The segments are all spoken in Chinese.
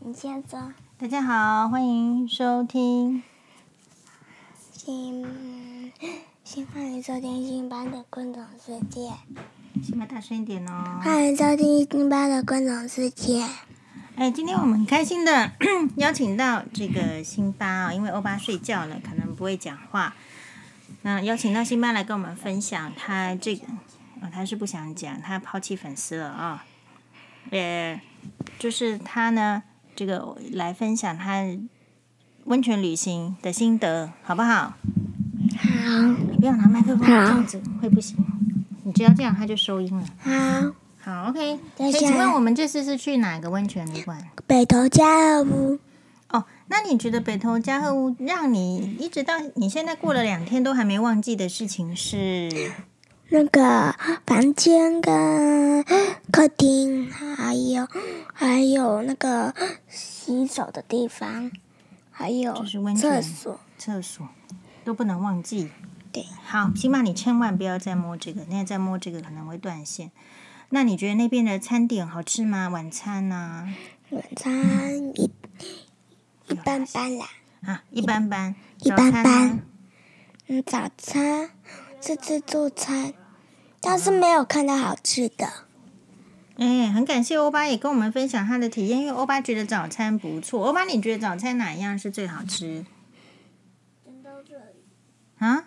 你先说，大家好，欢迎收听。新新欢迎收听新班的昆虫世界，请麦大声一点哦。欢迎收听新班的昆虫世界。哎，今天我们很开心的 邀请到这个辛巴哦，因为欧巴睡觉了，可能不会讲话。那邀请到辛巴来跟我们分享他这个，哦，他是不想讲，他抛弃粉丝了啊、呃，就是他呢，这个来分享他温泉旅行的心得，好不好？好，你不要拿麦克风，好这样子会不行。你只要这样，他就收音了。好，好，OK。等一哎，下请问我们这次是去哪个温泉旅馆？北头家乐屋哦，那你觉得北投加贺屋让你一直到你现在过了两天都还没忘记的事情是？那个房间跟客厅，还有还有那个洗手的地方，还有就是温厕泉所。厕所都不能忘记。对，好，起码你千万不要再摸这个，那再摸这个可能会断线。那你觉得那边的餐点好吃吗？晚餐啊呐、晚餐一一般般啦。啊？一般般。一般早餐般呢。嗯，早餐是自助餐，但是没有看到好吃的。哎，很感谢欧巴也跟我们分享他的体验，因为欧巴觉得早餐不错。欧巴，你觉得早餐哪一样是最好吃？啊？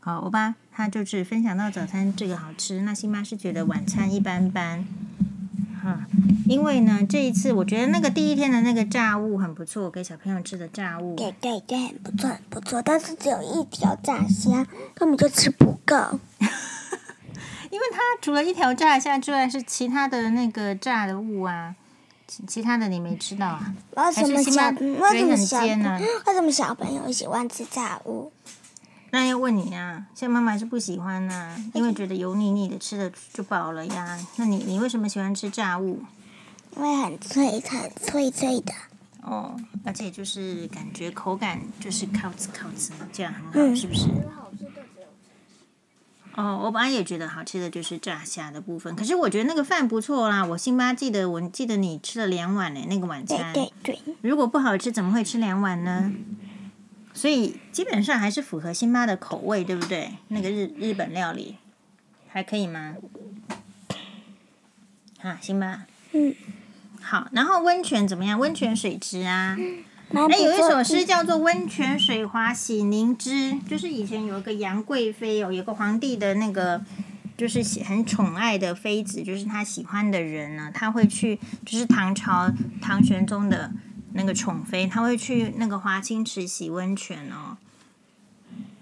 好，欧巴他就是分享到早餐这个好吃，那辛巴是觉得晚餐一般般。哈，因为呢，这一次我觉得那个第一天的那个炸物很不错，给小朋友吃的炸物。对对对，很不错很不错，但是只有一条炸虾，根本就吃不够。因为它除了一条炸虾之外，是其他的那个炸的物啊，其其他的你没吃到啊？为什么小还是辛巴为什么嘴很小尖啊为什么小朋友喜欢吃炸物？那要问你啊，像妈妈是不喜欢呐、 因为觉得油腻腻的吃的就饱了呀。那你你为什么喜欢吃炸物？因为很脆很脆脆的。哦，而且就是感觉口感就是靠哧靠哧，这样很好，嗯是不是？哦，我本来也觉得好吃的就是炸虾的部分，可是我觉得那个饭不错啦。我辛巴记得，我记得你吃了两碗呢，那个晚对餐。对对，如果不好吃，怎么会吃两碗呢？所以基本上还是符合辛巴的口味，对不对？那个日日本料理还可以吗？啊，辛巴，嗯，好。然后温泉怎么样？温泉水池啊，蛮不哎，有一首错。诗叫做《温泉水滑洗凝脂》，就是以前有一个杨贵妃哦，有个皇帝的那个，就是喜很宠爱的妃子，就是他喜欢的人呢，他会去，就是唐朝唐玄宗的那个宠妃，他会去那个华清池洗温泉哦。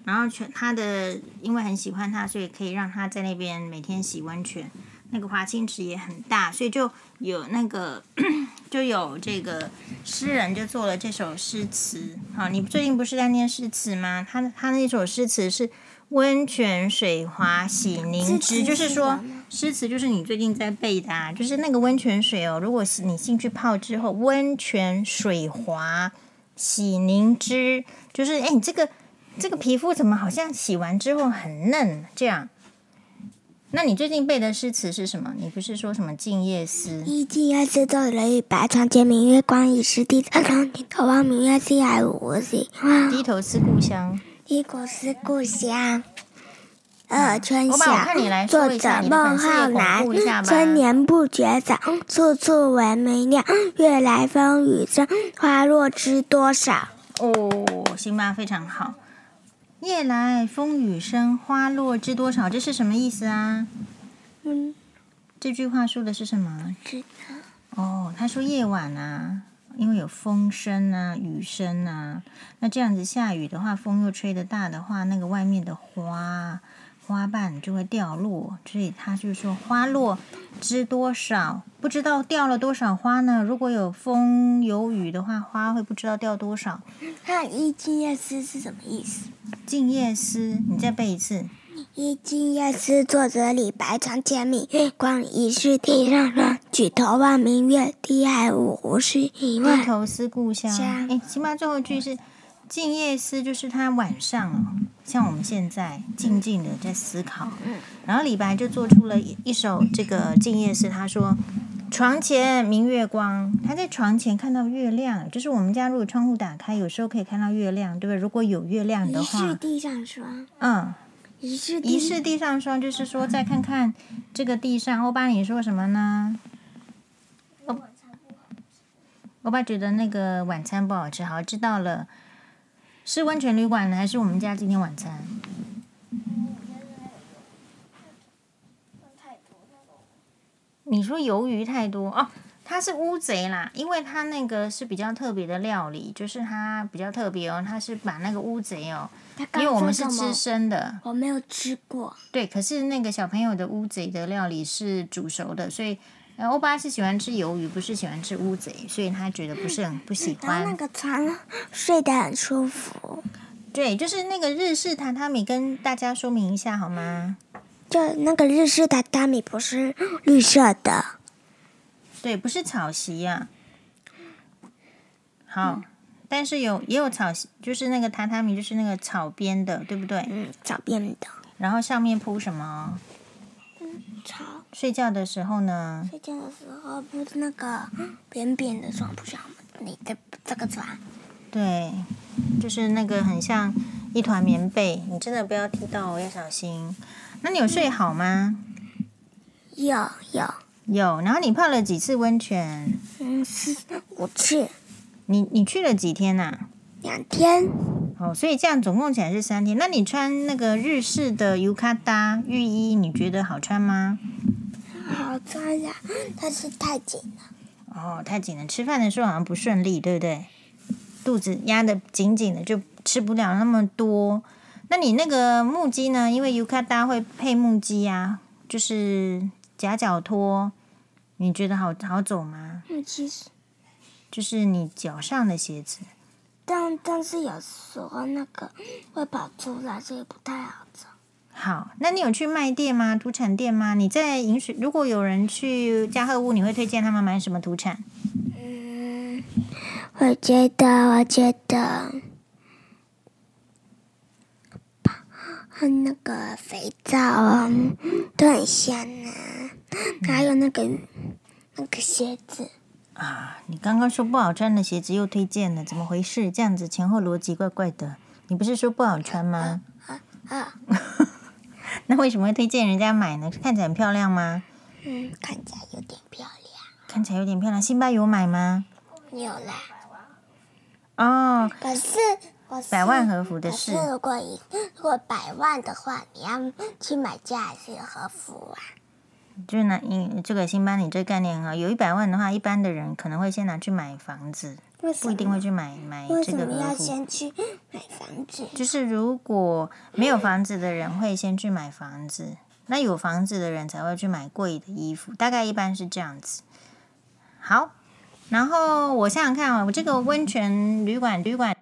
然后全他的因为很喜欢他，所以可以让他在那边每天洗温泉。那个华清池也很大，所以就有那个 就有这个诗人就做了这首诗词。好，你最近不是在念诗词吗？他他那首诗词是“温泉水滑洗凝诗脂”，词就是是说什么诗词就是你最近在背的啊，就是那个温泉水哦。如果是你进去泡之后，温泉水滑洗凝脂，就是哎，你这个这个皮肤怎么好像洗完之后很嫩这样？那你最近背的诗词是什么？你不是说什么《静夜思》？一季二十昼，雷雨白，床前明月光，疑是地， 二重天，渴望明月西，海无我心。哇低头思故乡。一国思故乡，二春嗯我把我看你来晓。说作一者下你的孟粉丝浩也南巩固一下。吧春眠不觉晓，处处闻啼鸟。夜来风雨声，花落知多少。哦，辛巴非常好。夜来风雨声，花落知多少，这是什么意思啊？嗯，这句话说的是什么？知道。哦，他说夜晚啊，因为有风声啊、雨声啊，那这样子下雨的话，风又吹得大的话，那个外面的花花瓣就会掉落，所以他就说花落知多少，不知道掉了多少花呢？如果有风有雨的话，花会不知道掉多少。那一季夜思是什么意思？静夜思，你再背一次。一季夜思，作者李白。床前明月光，疑是地上霜。举头望明月，低海无无是一低望。头思故乡乡。哎，起码最后一句是“静夜思”，就是他晚上哦，像我们现在静静的在思考。然后李白就做出了一一首这个《静夜思》，他说：“床前明月光，他在床前看到月亮，就是我们家如果窗户打开，有时候可以看到月亮，对不对？如果有月亮的疑是话，地上霜，嗯，疑是疑地是地上霜，就是说再看看这个地上。欧巴，你说什么呢？欧欧巴觉得那个晚餐不好吃，好知道了。是温泉旅馆呢，还是我们家今天晚餐？你说鱿鱼太多哦，它是乌贼啦，因为它那个是比较特别的料理，就是它比较特别哦，它是把那个乌贼哦，他因刚为我们说是什么吃？生的，我没有吃过，对，可是那个小朋友的乌贼的料理是煮熟的，所以呃欧巴是喜欢吃鱿鱼，不是喜欢吃乌贼，所以他觉得不是很不喜嗯然后那欢。个床睡得很舒服，对，就是那个日式榻榻米，跟大家说明一下好吗？就那个日式榻榻米不是绿色的，对，不是草席呀、嗯好，但是有也有草席，就是那个榻榻米，就是那个草编的，对不对？嗯，找遍的。然后上面铺什么？吵，睡觉的时候呢？睡觉的时候铺那个扁扁的床，不像你的这个床。对，就是那个很像一团棉被，你真的不要踢到哦，要小心。那你有睡好吗？有有，有。然后你泡了几次温泉？嗯，是五次，你你去了几天呐、两天哦，所以这样总共起来是三天。那你穿那个日式的 yukata 浴衣，你觉得好穿吗？好穿呀，但是太紧了。哦，太紧了，吃饭的时候好像不顺利，对不对？肚子压得紧紧的，就吃不了那么多。那你那个木屐呢？因为 yukata 会配木屐呀、就是夹脚拖，你觉得好好走吗？嗯，其实，就是你脚上的鞋子。但但是有时候那个会跑出来，所以不太好走。好，那你有去卖店吗？土产店吗？你在饮水，如果有人去嘉禾屋，你会推荐他们买什么土产？嗯，我觉得，我觉得，嗯，那个肥皂啊，都很香啊。还有那个那个鞋子，啊，你刚刚说不好穿的鞋子又推荐了，怎么回事？这样子前后逻辑怪怪的。你不是说不好穿吗？ 啊，那为什么会推荐人家买呢？看起来很漂亮吗？嗯，看起来有点漂亮。看起来有点漂亮。辛巴有买吗？有啦，哦，可是我是百万和服的可是事。如果你如果百万的话，你要去买家还是和服啊？就是拿你这个辛巴，你这个概念很好。有一百万的话，一般的人可能会先拿去买房子，为什不一定么？会去买买为这什个么要和服。先去买房子？就是如果没有房子的人会先去买房子，那有房子的人才会去买贵的衣服，大概一般是这样子。好，然后我想想看啊，我这个温泉旅馆旅馆